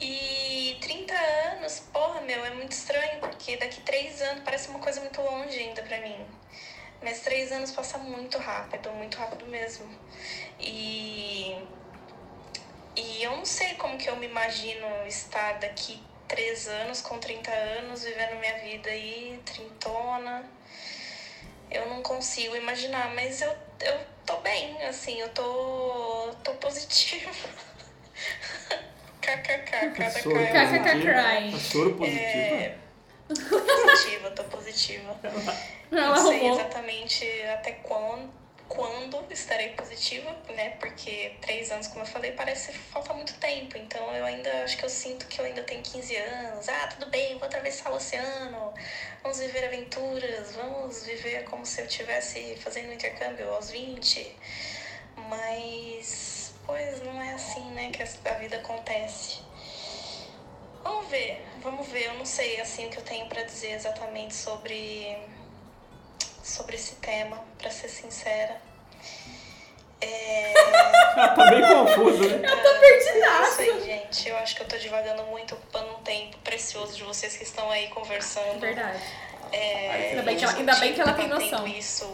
E 30 anos, porra, meu, é muito estranho, porque daqui 3 anos parece uma coisa muito longe ainda pra mim. Mas 3 anos passa muito rápido, muito rápido mesmo. E. E eu não sei como que eu me imagino estar daqui 3 anos, com 30 anos, vivendo minha vida aí, trintona. Eu não consigo imaginar, mas eu, eu tô bem, assim, eu tô, tô positiva. KKK, cada Tá Soro cara é uma- KKK crying. positivo. Tá Soro positivo. É, tô positiva, tô positiva. Ela Não sei arrumou. exatamente até quando, quando estarei positiva, né? Porque três anos, como eu falei, parece que falta muito tempo. Então eu ainda acho que eu sinto que eu ainda tenho 15 anos. Ah, tudo bem, vou atravessar o oceano, vamos viver aventuras, vamos viver como se eu estivesse fazendo um intercâmbio aos 20. Mas, pois, não é assim, né? Que a vida acontece. Vamos ver, vamos ver. Eu não sei assim o que eu tenho pra dizer exatamente sobre sobre esse tema, pra ser sincera. É, Ah, tá bem confuso, né? Eu tô é isso perdidaço. aí, gente. Eu acho que eu tô divagando muito, ocupando um tempo precioso de vocês que estão aí conversando. Verdade. É, Ainda bem que ela- discutindo, ainda bem que ela tem mantendo noção. tá isso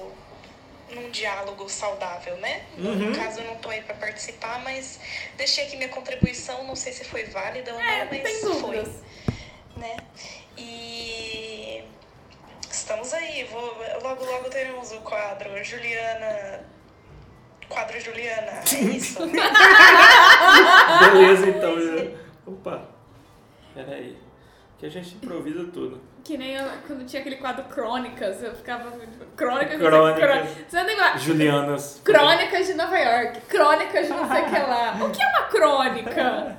num diálogo saudável, né? Uhum. No caso, eu não tô aí pra participar, mas deixei aqui minha contribuição. Não sei se foi válida ou não, É, não mas tem foi dúvidas. né? E estamos aí, vou, logo logo teremos o quadro Juliana. Quadro Juliana, é isso. Beleza, Ah, então. já- Opa. Peraí. Que a gente improvisa tudo. Que nem eu, quando tinha aquele quadro Crônicas, eu ficava. Crônicas. Crônicas, crônicas. Você não igual- Julianas. Crônicas de Nova York, crônicas de não sei o que lá. O que é uma crônica?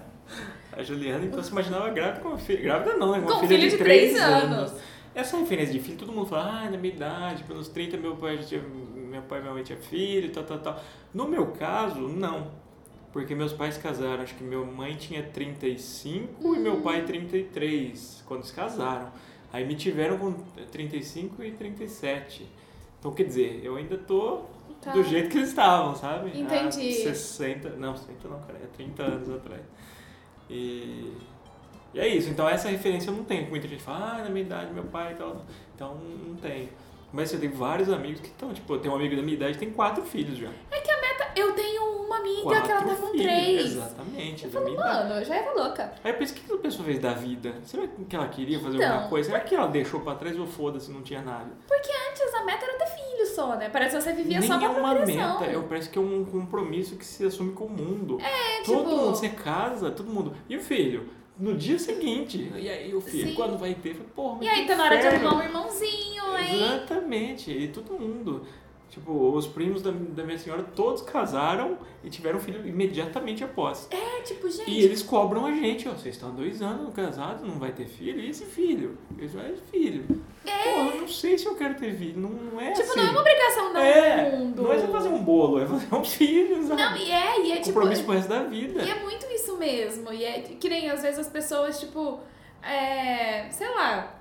A Juliana, então, se imaginava grávida com uma filha. Grávida não, né? Com, uma Com filha filho de de 3 três anos. anos. Essa referência de filho, todo mundo fala, ah, na minha idade, pelos 30, meu pai já tinha, meu pai e minha mãe tinha filho, tal, tal, tal. No meu caso, não. Porque meus pais casaram, acho que minha mãe tinha 35 e meu pai 33, quando se casaram. Aí me tiveram com 35 e 37. Então, quer dizer, eu ainda tô Tá. do jeito que eles estavam, sabe? Entendi. Há 60, não, 60 não, cara, é 30 anos atrás. E, e é isso, então essa referência eu não tenho. Muita gente fala, ah, na minha idade, meu pai e tal. Então não tenho. Mas eu tenho vários amigos que estão, tipo, eu tenho um amigo da minha idade que tem quatro filhos já. É que a meta. Eu tenho uma amiga quatro que ela tá com filhos, três. Exatamente, Eu da minha falo, idade. mano, eu já era louca. Aí eu penso, o que que a pessoa fez da vida? Será que ela queria fazer Então. alguma coisa? Será que ela deixou pra trás ou foda-se, não tinha nada? Porque antes a meta era ter filho só, né? Parece que você vivia só Nem pra é uma procriação. meta, eu parece que é um compromisso que se assume com o mundo. É, Todo tipo- mundo, você casa, todo mundo. E o filho? No dia seguinte. E aí o filho, Sim. quando vai ter? Fala, Porra, mas E que aí tá na hora de inferno. arrumar um irmãozinho, hein? Exatamente, e todo mundo. Tipo, os primos da, da minha senhora todos casaram e tiveram filho imediatamente após. É, tipo, gente. E eles cobram a gente, ó, vocês estão há dois anos casados, não vai ter filho, e esse filho? Eles vai ter filho. Porra, eu não sei se eu quero ter filho, não, não é É. Tipo, assim. não é uma obrigação não É, do mundo. não é você fazer um bolo, é fazer um filho, sabe? Não, e é, e é tipo. Compromisso pro resto da vida. E é muito isso mesmo. E é que nem às vezes as pessoas, tipo, é, sei lá.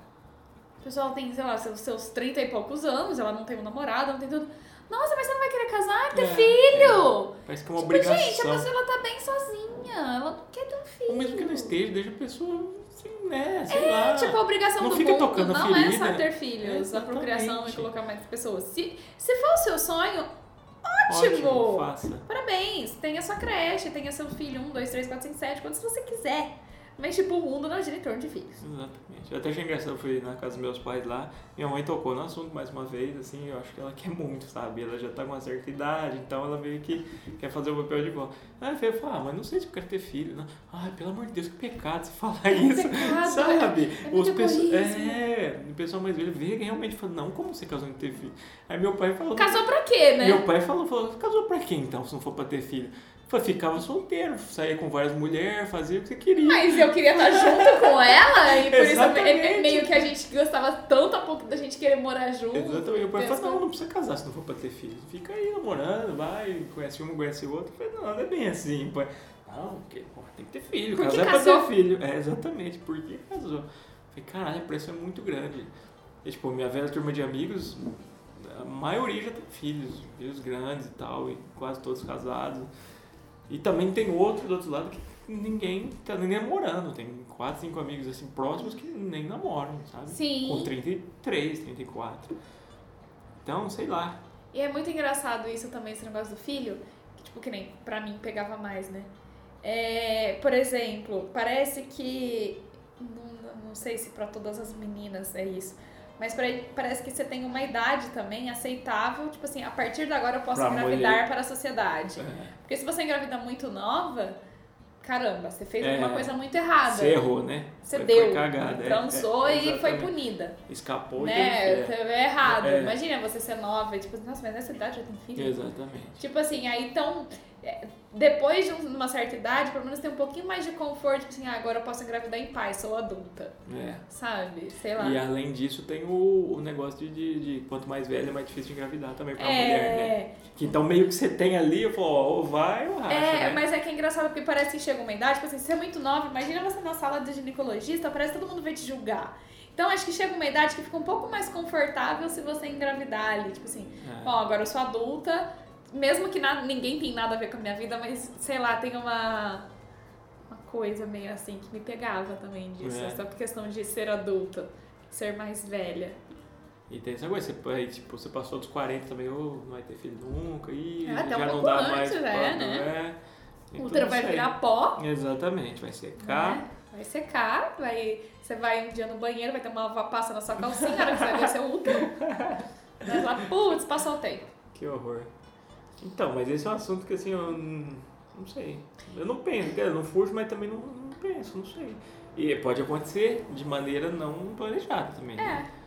O pessoal tem, sei lá, seus, seus 30 e poucos anos, ela não tem um namorado, não tem tudo. Nossa, mas você não vai querer casar e ter É, filho? Parece que é Tipo, uma obrigação. gente, a pessoa ela tá bem sozinha. Ela não quer ter um filho. Ou mesmo que não esteja, deixa a pessoa, assim, né, sei É, lá. tipo, a obrigação não do fica mundo tocando não é só ferida. ter filhos, a Exatamente. procriação e colocar mais pessoas. Se, se for o seu sonho, ótimo! Ótimo, faça. Parabéns! Tenha sua creche, tenha seu filho, um, dois, três, quatro, cinco, sete, quantos você quiser. Mas, tipo, o mundo não gira em torno de filhos. Exatamente. Eu até achei engraçado, eu fui na casa dos meus pais lá, minha mãe tocou no assunto mais uma vez, assim, eu acho que ela quer muito, sabe? Ela já tá com uma certa idade, então ela meio que quer fazer o papel de vó. Aí eu falei, ah, mas não sei se eu quero ter filho. Não. Ai, pelo amor de Deus, que pecado você falar isso, É pecado, sabe? é muito pesso- egoísmo. é, o pessoal mais velho vê realmente fala, não, como você casou em ter filho? Aí meu pai falou, Casou pra quê, né? Meu pai falou, falou, casou pra quê então, se não for pra ter filho? Falei, ficava solteiro, saía com várias mulheres, fazia o que você queria. Mas eu queria estar junto com ela e por isso é- é- é Exatamente. meio que a gente gostava tanto a pouco da gente querer morar junto. Exatamente. Meu pai Deus, falou, não, não precisa casar se não for pra ter filho. Fica aí namorando, vai, conhece um, conhece o outro. Eu Falei, não, não é bem assim, pai. Não, porque, porra, tem que ter filho, Por que casar é casou? pra ter filho. É, exatamente, por que casou? Falei, caralho, a pressão é muito grande. E, tipo, minha velha turma de amigos, a maioria já tem filhos, filhos grandes e tal, e quase todos casados. E também tem outro do outro lado que ninguém tá nem namorando. Tem quatro, cinco amigos assim próximos que nem namoram, sabe? Sim. Com 33, 34. Então, sei lá. E é muito engraçado isso também, esse negócio do filho, que, tipo, que nem pra mim pegava mais, né? É, por exemplo, parece que. Não, não sei se pra todas as meninas é isso. Mas pra- parece que você tem uma idade também aceitável, tipo assim, a partir de agora eu posso Pra engravidar mulher. É. para a sociedade. Porque se você engravida muito nova, caramba, você fez É. alguma coisa muito errada. Você errou, né? Ah, Você Foi- deu, Foi cagada. é, transou é, e foi exatamente. punida. Escapou e né? teve Você É errado. É. Imagina você ser nova e tipo, nossa, mas nessa idade eu tenho filho. fé. Exatamente. Tipo assim, aí então, é, depois de um- uma certa idade, pelo menos tem um pouquinho mais de conforto, tipo assim, ah, agora eu posso engravidar em paz, sou adulta, É. sabe? Sei lá. E além disso, tem o, o negócio de, de, de quanto mais velha, mais difícil de engravidar também pra mulher, né? é, Que então meio que você tem ali, eu falo, ó, ou vai ou racha, é, né? mas é que é engraçado porque parece que chega uma idade, tipo assim, você é muito nova, imagina você na sala de ginecologista, parece que todo mundo vai te julgar. Então acho que chega uma idade que fica um pouco mais confortável se você engravidar ali, tipo assim, É. Ó, agora eu sou adulta, mesmo que nada, ninguém tem nada a ver com a minha vida, mas sei lá, tem uma, uma coisa meio assim que me pegava também disso, É. essa questão de ser adulta, ser mais velha. E tem essa coisa, você, aí, tipo, você passou dos 40 também, ou não vai ter filho nunca, e É, até já um não pouco dá antes, mais. é, pra- né? é. Tem o tudo útero vai isso aí. virar pó, Exatamente, vai secar. né? vai secar, vai, você vai um dia no banheiro, vai ter uma passa na sua calcinha, na hora que você vai ver seu útero. Vai lá, putz, passou o tempo. Que horror. Então, mas esse é um assunto que assim, eu n- não sei. Eu não penso, quer dizer, eu não fujo, mas também não, não penso, não sei. E pode acontecer de maneira não planejada também. né? É,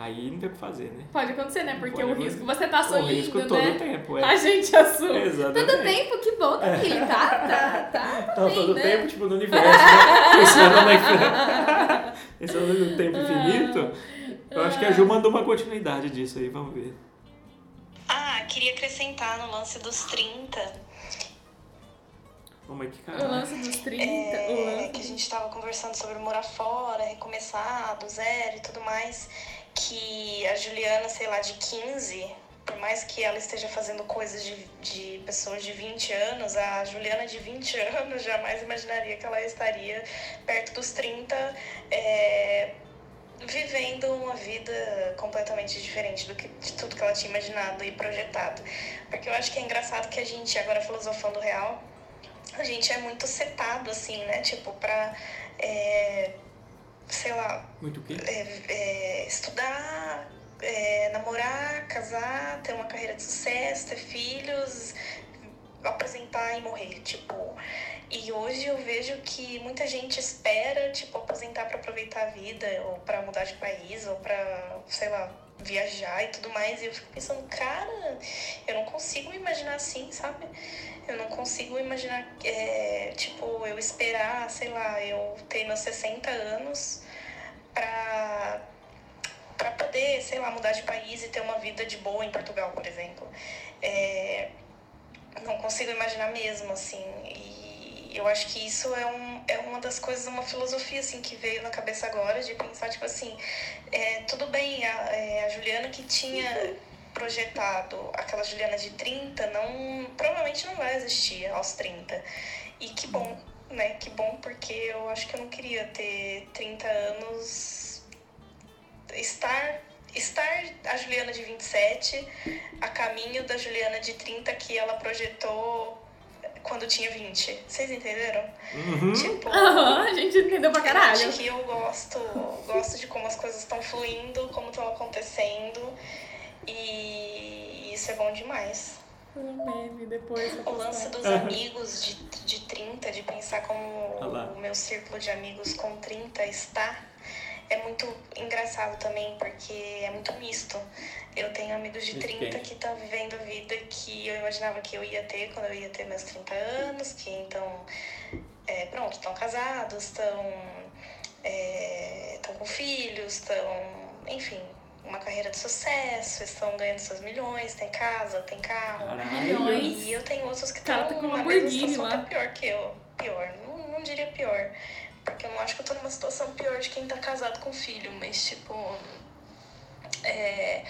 Aí não tem o que fazer, né? pode acontecer, né? Porque Pode o acontecer. risco você tá o assumindo, risco né? todo o tempo, é. A gente assume. Exatamente. Todo tempo, que bom que ele tá, tá, tá. Não, bem, todo né? tempo, tipo, no universo, né? Pensando na- Pensando no é um É. tempo infinito. Eu acho que a Ju mandou uma continuidade disso aí, vamos ver. Ah, queria acrescentar no lance dos 30, Vamos aqui, O cara. lance dos 30, o é, que a lance. gente tava conversando sobre morar fora, recomeçar do zero e tudo mais, que a Juliana, sei lá, de 15, por mais que ela esteja fazendo coisas de, de pessoas de 20 anos, a Juliana de 20 anos jamais imaginaria que ela estaria perto dos 30, é, vivendo uma vida completamente diferente do que, de tudo que ela tinha imaginado e projetado. Porque eu acho que é engraçado que a gente, agora filosofando real, a gente é muito setado, assim, né? Tipo, pra. é, sei lá, Muito o quê? é, é, estudar, é, namorar, casar, ter uma carreira de sucesso, ter filhos, aposentar e morrer, tipo. E hoje eu vejo que muita gente espera, tipo, aposentar pra aproveitar a vida, ou pra mudar de país, ou pra, sei lá, viajar e tudo mais. E eu fico pensando, cara, eu não consigo imaginar assim, sabe? Eu não consigo imaginar, é, tipo, eu esperar, sei lá, eu ter meus 60 anos pra, pra poder, sei lá, mudar de país e ter uma vida de boa em Portugal, por exemplo. É, não consigo imaginar mesmo, assim. E eu acho que isso é, um, é uma das coisas, uma filosofia, assim, que veio na cabeça agora, de pensar, tipo assim, é, tudo bem, a, é, a Juliana que tinha projetado aquela Juliana de 30, não, provavelmente não vai existir aos 30. E que bom, né? Que bom, porque eu acho que eu não queria ter 30 anos. Estar, estar a Juliana de 27 a caminho da Juliana de 30 que ela projetou quando tinha 20. Vocês entenderam? Uhum. Tipo. Aham, a gente entendeu pra Eu caralho. acho que eu gosto, gosto de como as coisas estão fluindo, como estão acontecendo. E isso é bom demais. Um meme depois. pra O postar. É lance dos Aham. amigos de, de 30, de pensar como Ah lá. o meu círculo de amigos com 30 está, é muito engraçado também, porque é muito misto. Eu tenho amigos de Muito 30 bem. que estão vivendo a vida que eu imaginava que eu ia ter quando eu ia ter meus 30 anos, que então, é, pronto, estão casados, estão é, tão com filhos, estão, enfim, uma carreira de sucesso, estão ganhando seus milhões, tem casa, tem carro. Caralho. Milhões. E eu tenho outros que O cara tá tão com uma na mesma Lamborghini situação, lá. Tá pior que eu. Pior. Não, não diria pior. Porque eu não acho que eu tô numa situação pior de quem tá casado com filho, mas tipo. É,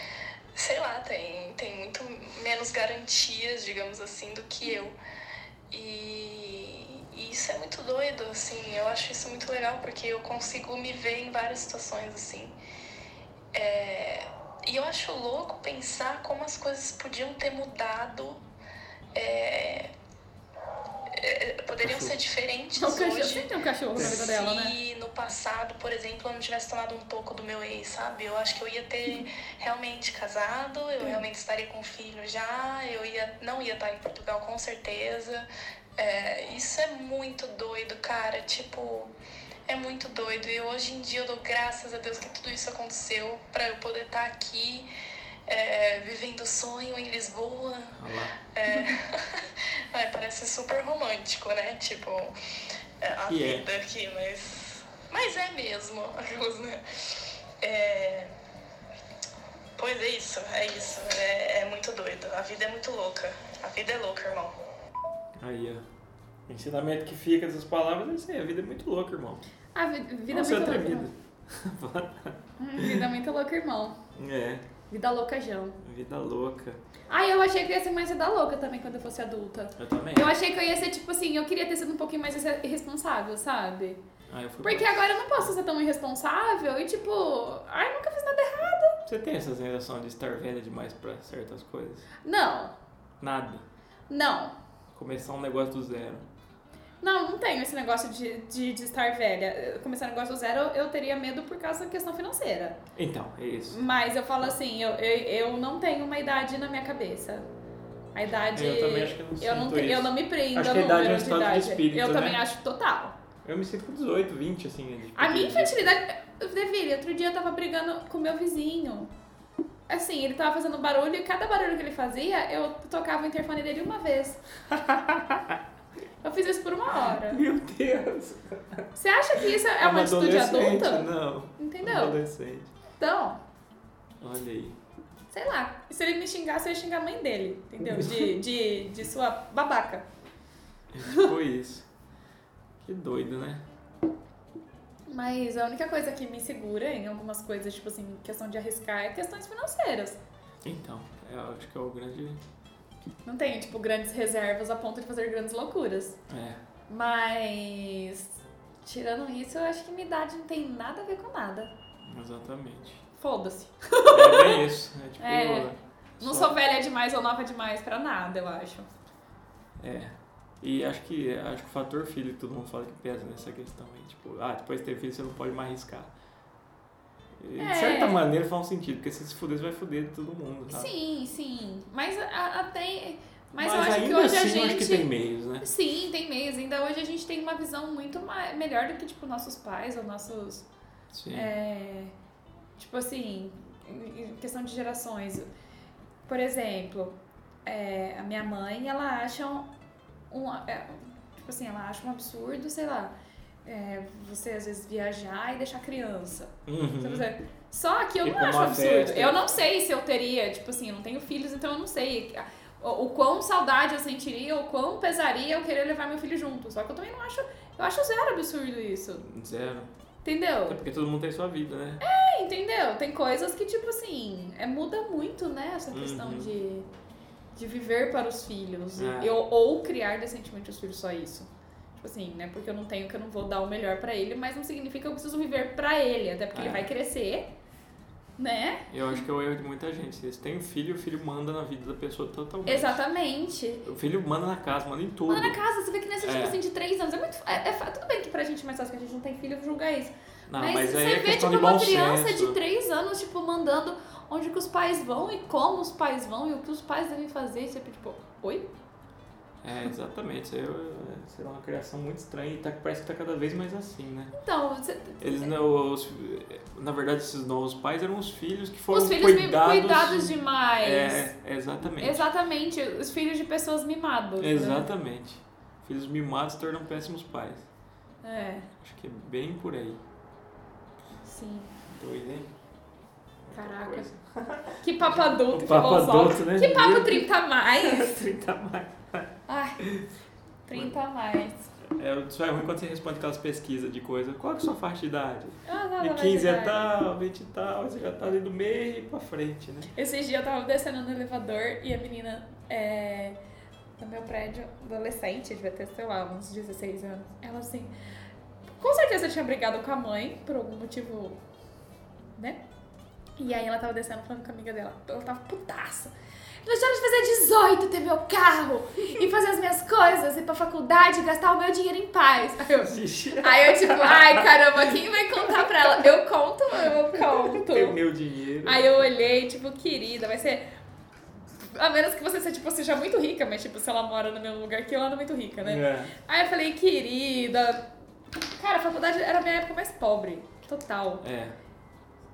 sei lá, tem, tem muito menos garantias, digamos assim, do que eu. E, e isso é muito doido, assim. Eu acho isso muito legal porque eu consigo me ver em várias situações, assim. É, e eu acho louco pensar como as coisas podiam ter mudado. é, é, poderiam ser diferentes Tem um cachorro, hoje. sempre tem um cachorro na vida dela, né? Se no passado, por exemplo, eu não tivesse tomado um toco do meu ex, sabe? Eu acho que eu ia ter realmente casado, eu realmente estaria com um filho já, eu ia, não ia estar em Portugal com certeza. É, isso é muito doido, cara. Tipo, é muito doido. E hoje em dia eu dou graças a Deus que tudo isso aconteceu pra eu poder estar aqui. é, vivendo o sonho em Lisboa, Olha lá. é, é, parece super romântico, né? Tipo, é, a E é. vida aqui, mas. Mas é mesmo, aquelas, né? É, pois é isso, é isso. É, é muito doido. A vida é muito louca. A vida é louca, irmão. Aí, ó. O ensinamento que fica dessas palavras é isso aí. A vida é muito louca, irmão. A vi- vida é Nossa, muito eu louca. tremido. Hum, Vida é muito louca, irmão. é, Vida louca, Jão. vida louca. Ai, eu achei que eu ia ser mais vida louca também quando eu fosse adulta. Eu também. Eu achei que eu ia ser, tipo assim, eu queria ter sido um pouquinho mais irresponsável, sabe? Ah, eu fui Porque agora eu não posso ser tão irresponsável e, tipo, ai, nunca fiz nada errado. Você tem essa sensação de estar velha demais pra certas coisas? Não, Nada. não. Começar um negócio do zero. Não, não tenho esse negócio de, de, de estar velha. Eu Começar um negócio do zero, eu teria medo por causa da questão financeira. Então, é isso. Mas eu falo assim, eu, eu, eu não tenho uma idade na minha cabeça. A idade. É, Eu também acho que eu não eu não, sinto te- eu isso. não me prendo Acho ao que a idade é um número de estado de idade. espírito, eu né? também acho total. Eu me sinto com 18, 20, assim. de- A minha de- infantilidade. Devia, outro dia eu tava brigando com meu vizinho. Assim, ele tava fazendo barulho e cada barulho que ele fazia, eu tocava o interfone dele uma vez. Eu fiz isso por uma hora. Meu Deus! Você acha que isso é uma atitude adolescente, né? adulta? Não. Entendeu? Adolescente. Então, Olha aí. sei lá. Se ele me xingasse, eu ia xingar a mãe dele, entendeu? De, de, de sua babaca. É tipo isso. Que doido, né? Mas a única coisa que me segura em algumas coisas, tipo assim, questão de arriscar, é questões financeiras. Então, eu acho que é o grande. Não tenho, tipo, grandes reservas a ponto de fazer grandes loucuras. É. Mas tirando isso, eu acho que minha idade não tem nada a ver com nada. Exatamente. Foda-se. É bem isso. É tipo. É. Não só- sou velha demais ou nova demais pra nada, eu acho. É. E acho que, acho que o fator filho, todo mundo fala que pesa nessa questão aí. Tipo, ah, depois de ter filho você não pode mais arriscar. E, É. De certa maneira faz um sentido, porque se se fuder, você vai fuder todo mundo, sabe? Sim, sim. Mas a- a- até. Mas, eu Mas acho ainda que hoje assim, a eu gente. acho que tem meios, né? Sim, tem meios. Ainda hoje a gente tem uma visão muito ma- melhor do que, tipo, nossos pais ou nossos. Sim. É, tipo assim, em em questão de gerações. Por exemplo, é, a minha mãe, ela acha um, um- é, tipo assim, ela acha um absurdo, sei lá, é, você às vezes viajar e deixar criança. Uhum. Sabe, sabe? Então, Só que eu Tipo não acho um uma absurdo. festa. Eu não sei se eu teria, tipo assim, eu não tenho filhos, então eu não sei. O, o quão saudade eu sentiria, o quão pesaria eu querer levar meu filho junto. Só que eu também não acho. Eu acho zero absurdo isso. Zero. Entendeu? Até porque todo mundo tem sua vida, né? É. Entendeu? Tem coisas que, tipo assim, é, muda muito, né? Essa questão Uhum. de, de viver para os filhos. É. Eu, ou criar decentemente os filhos, só isso. Tipo assim, né? Porque eu não tenho que eu não vou dar o melhor pra ele, mas não significa que eu preciso viver pra ele. Até porque É. ele vai crescer, né? Eu acho que é o erro de muita gente. Vocês têm um filho, o filho manda na vida da pessoa totalmente. Exatamente. O filho manda na casa, manda em tudo. Manda na casa, você vê que nessa, É. tipo assim, de três anos. É muito. É, é fa- tudo bem que pra gente é mais fácil que a gente não tem filho julgar isso. Não, mas, mas, você aí é vê, questão tipo, de bom uma criança senso. de 3 anos, tipo, mandando onde que os pais vão e como os pais vão e o que os pais devem fazer. E você fica, tipo, oi? É, exatamente. Isso aí é- será uma criação muito estranha e tá, parece que tá cada vez mais assim, né? Então, você- Eles não. os- na verdade, esses novos pais eram os filhos que foram os filhos me- cuidados. cuidados demais. É, exatamente. Exatamente, os filhos de pessoas mimadas. né? Exatamente. Filhos mimados se tornam péssimos pais. É, Acho que é bem por aí. sim. Doido, hein? Caraca. Coisa. Que papo adulto O Um papo filosófico. adulto, né? Que papo Meu 30 a mais. 30 mais. Ai, 30 a mais. É, só é ruim quando você responde aquelas pesquisas de coisa. Qual que é a sua faixa de idade? Ah, não, De não vai 15 é ajudar. tal, 20 e tal, você já tá ali do meio pra frente, né? Esses dias eu tava descendo no elevador e a menina é, no meu prédio, adolescente, devia ter, sei lá, uns 16 anos. Ela assim, com certeza tinha brigado com a mãe, por algum motivo, né? E aí ela tava descendo falando com a amiga dela. Ela tava putaça. Nós tínhamos de fazer 18, ter meu carro e fazer as minhas coisas, ir pra faculdade, gastar o meu dinheiro em paz. Aí eu, aí eu tipo, ai caramba, quem vai contar pra ela? Eu conto, eu conto. Tem o meu dinheiro. Então, Aí eu olhei, tipo, querida, vai ser. A menos que você seja, tipo, seja muito rica, mas tipo, se ela mora no mesmo lugar que eu, ela não é muito rica, né? É. Aí eu falei, querida. Cara, a faculdade era a minha época mais pobre. Total. É.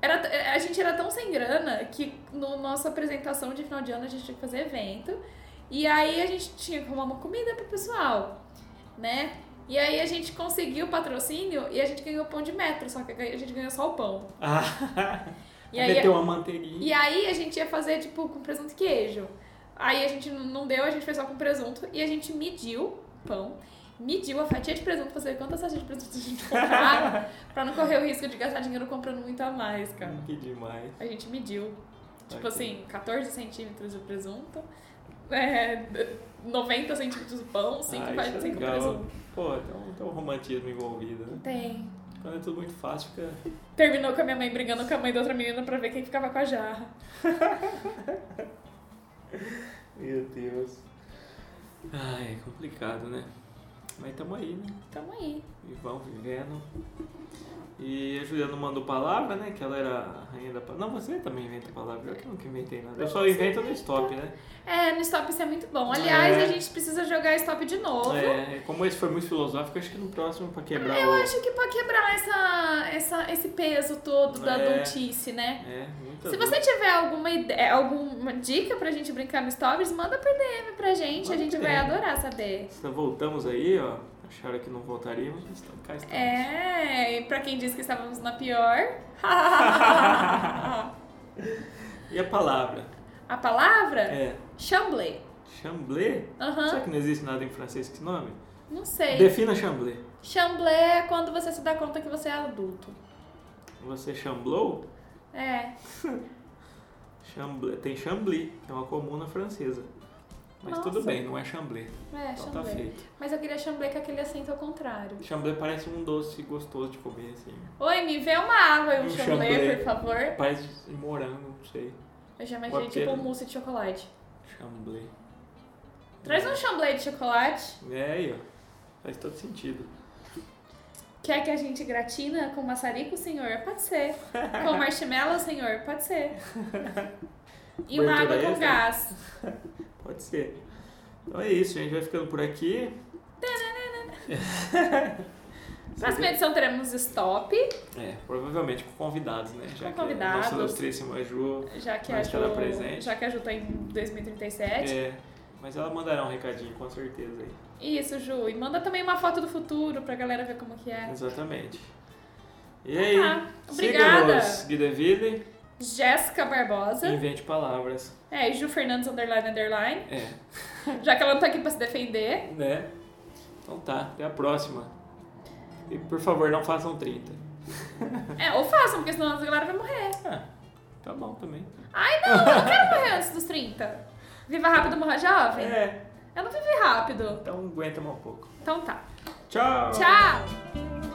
Era, a gente era tão sem grana que na nossa apresentação de final de ano a gente tinha que fazer evento. E aí a gente tinha que arrumar uma comida pro pessoal, né? E aí a gente conseguiu o patrocínio e a gente ganhou pão de metro, só que a gente ganhou só o pão. Ah, E aí, é- meteu uma manteiguinha. e aí a gente ia fazer, tipo, com presunto e queijo. Aí a gente n- não deu, a gente fez só com presunto. E a gente mediu o pão, mediu a fatia de presunto pra saber quantas fatias de presunto a gente comprava. pra não correr o risco de gastar dinheiro comprando muito a mais, cara. Que demais. A gente mediu. Aqui. Tipo assim, 14 centímetros de presunto, é, d- 90 centímetros de pão, 5 Ah, isso fatias é de legal. presunto. Pô, tem um, tem um romantismo envolvido, né? Tem. Quando é tudo muito fácil, fica. Terminou com a minha mãe brigando com a mãe da outra menina pra ver quem ficava com a jarra. Meu Deus. Ai, é complicado, né? Mas tamo aí, né? Tamo aí. E vão vivendo. E a Juliana mandou palavra, né? Que ela era a rainha da palavra. Não, você também inventa palavra. Eu que nunca inventei nada. Eu só invento no stop, né? É, no stop isso é muito bom. Aliás, É. a gente precisa jogar stop de novo. É, como esse foi muito filosófico, acho que no próximo, pra quebrar Eu o. acho que pra quebrar essa, essa, esse peso todo da É. adultice, né? É, muita Se dúvida. você tiver alguma ideia, alguma dica pra gente brincar no Stories, manda por DM pra gente, a Manda gente por vai DM. adorar saber. Então, Voltamos aí, ó. Acharam que não voltaríamos, mas então cá estamos. É, e pra quem disse que estávamos na pior. E a palavra? a palavra? É. Chamblé. Chamblé? Aham, Será que não existe nada em francês com esse nome? não sei. Defina chamblé. Chamblé é quando você se dá conta que você é adulto. Você chamblou? É, Chamblé. Tem chambly, que é uma comuna francesa. Mas Nossa. tudo bem, não é chamblé. é, Então tá chamblé. feito. Mas eu queria chamblé com aquele acento ao contrário. Chamblé parece um doce gostoso de comer, assim. Oi, me vê uma água e um, Um chamblé, chamblé. por favor. Parece de morango, não sei. Eu já imaginei Pode ser, tipo um né? mousse de chocolate. Chamblé. Traz um chamblé de chocolate. É aí, ó. Faz todo sentido. Quer que a gente gratina com maçarico, senhor? Pode ser. Com marshmallow, senhor? Pode ser. E uma Abertura água com extra? gás. Pode ser. Então é isso, gente. Vai ficando por aqui. Próxima edição teremos stop, É, provavelmente com convidados, né? Já Com convidados. Que a nossa ilustríssima Ju. já que Mas a estará Ju, presente. já que a Ju tá em 2037. É, mas ela mandará um recadinho, com certeza aí. Isso, Ju. E manda também uma foto do futuro pra galera ver como que é. Exatamente. E aí? tá. Obrigada. Siga-nos, Guida Ville, Jéssica Barbosa. invente palavras. É, e Ju Fernandes underline underline. É, Já que ela não tá aqui pra se defender. né? Então tá, até a próxima. E por favor, não façam 30. É, ou façam, porque senão a galera vai morrer. Ah, tá bom também. Ai, não, eu não quero morrer antes dos 30. Viva rápido, morra jovem. É, Eu não vivi rápido. então aguenta mais um pouco. Então tá. Tchau! Tchau!